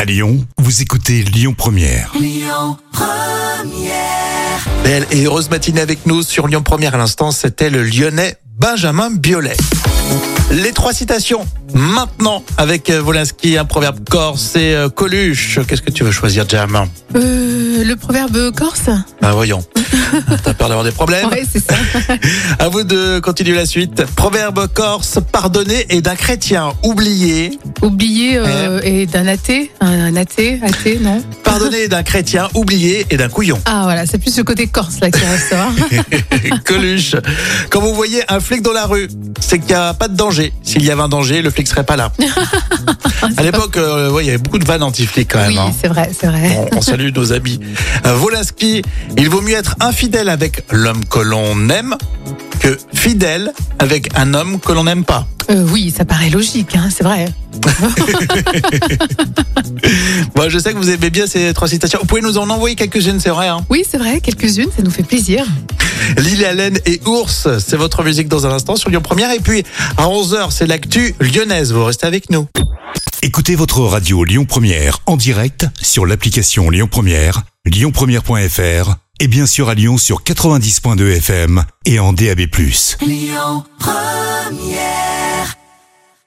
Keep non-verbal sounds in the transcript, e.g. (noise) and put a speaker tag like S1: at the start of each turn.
S1: À Lyon, vous écoutez Lyon Première.
S2: Belle et heureuse matinée avec nous sur Lyon Première à l'instant, c'était le Lyonnais Benjamin Biolay. Les trois citations maintenant avec euh, Volinsky, un proverbe corse et euh, Coluche. Qu'est-ce que tu veux choisir, Jam
S3: Euh, le proverbe corse
S2: Ben voyons, t'as peur d'avoir des problèmes.
S3: Ouais, c'est ça.
S2: À vous de continuer la suite. Proverbe corse pardonné et d'un chrétien oublié.
S3: (laughs) Oublié euh, et d'un athée. Un, un athée, athée, non
S2: Pardonné et d'un chrétien oublié et d'un couillon.
S3: Ah voilà, c'est plus le côté corse là qui ressort. (laughs)
S2: (laughs) Coluche. Quand vous voyez un flic dans la rue, c'est qu'il n'y a pas de danger. S'il y avait un danger, le flic serait pas
S3: (laughs)
S2: là. à l'époque, euh, ouais, il y avait beaucoup de vannes anti-flics quand même.
S3: oui,
S2: hein.
S3: c'est vrai, c'est vrai.
S2: On, on salue nos amis. Euh, Volinsky, il vaut mieux être infidèle avec l'homme que l'on aime que fidèle avec un homme que l'on n'aime pas.
S3: Euh, oui, ça paraît logique, hein, c'est vrai.
S2: Moi, Bah, je sais que vous aimez bien ces trois citations. Vous pouvez nous en envoyer quelques-unes, c'est vrai. Hein.
S3: Oui, c'est vrai, quelques-unes, ça nous fait plaisir.
S2: Lille Haleine et Ours, c'est votre musique dans un instant sur Lyon Première. Et puis, à 11h, c'est l'actu lyonnaise. Vous restez avec nous.
S1: Écoutez votre radio Lyon Première en direct sur l'application Lyon Première, lyonpremière.fr et bien sûr à Lyon sur 90.2 FM et en DAB+.